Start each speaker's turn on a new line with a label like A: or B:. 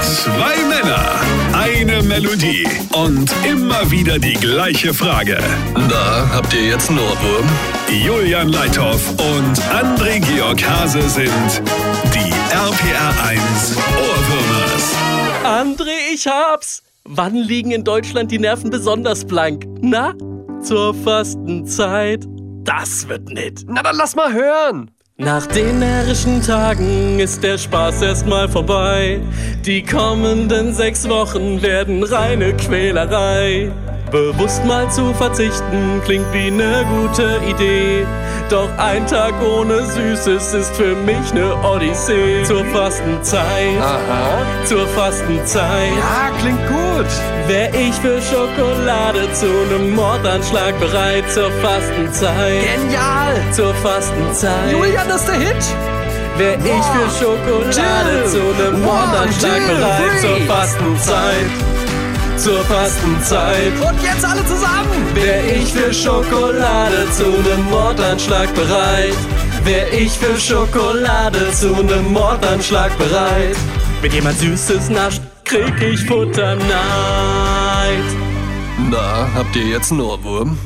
A: Zwei Männer, eine Melodie und immer wieder die gleiche Frage.
B: Da habt ihr jetzt einen Ohrwurm.
A: Julian Leithoff und André Georg Hase sind die RPR 1 Ohrwürmers.
C: André, ich hab's! Wann liegen in Deutschland die Nerven besonders blank? Na? Zur Fastenzeit? Das wird nett.
D: Na dann lass mal hören.
C: Nach den närrischen Tagen ist der Spaß erstmal vorbei. Die kommenden sechs Wochen werden reine Quälerei. Bewusst mal zu verzichten klingt wie ne gute Idee. Doch ein Tag ohne Süßes ist für mich ne Odyssee. Zur Fastenzeit,
D: Ah. Aha.
C: zur Fastenzeit.
D: Ja, klingt gut.
C: Wär ich für Schokolade zu nem Mordanschlag bereit zur Fastenzeit?
D: Genial.
C: Zur Fastenzeit.
D: Julian, das ist der Hit.
C: Wär ich für Schokolade
D: two,
C: zu nem
D: one,
C: Mordanschlag
D: two,
C: bereit zur
D: three.
C: Fastenzeit? Zur Fastenzeit.
D: Und jetzt alle zusammen.
C: Wär ich für Schokolade zu nem Mordanschlag bereit? Wär ich für Schokolade zu nem Mordanschlag bereit? Wenn jemand Süßes nascht, krieg ich Futterneid.
B: Da habt ihr jetzt einen Ohrwurm.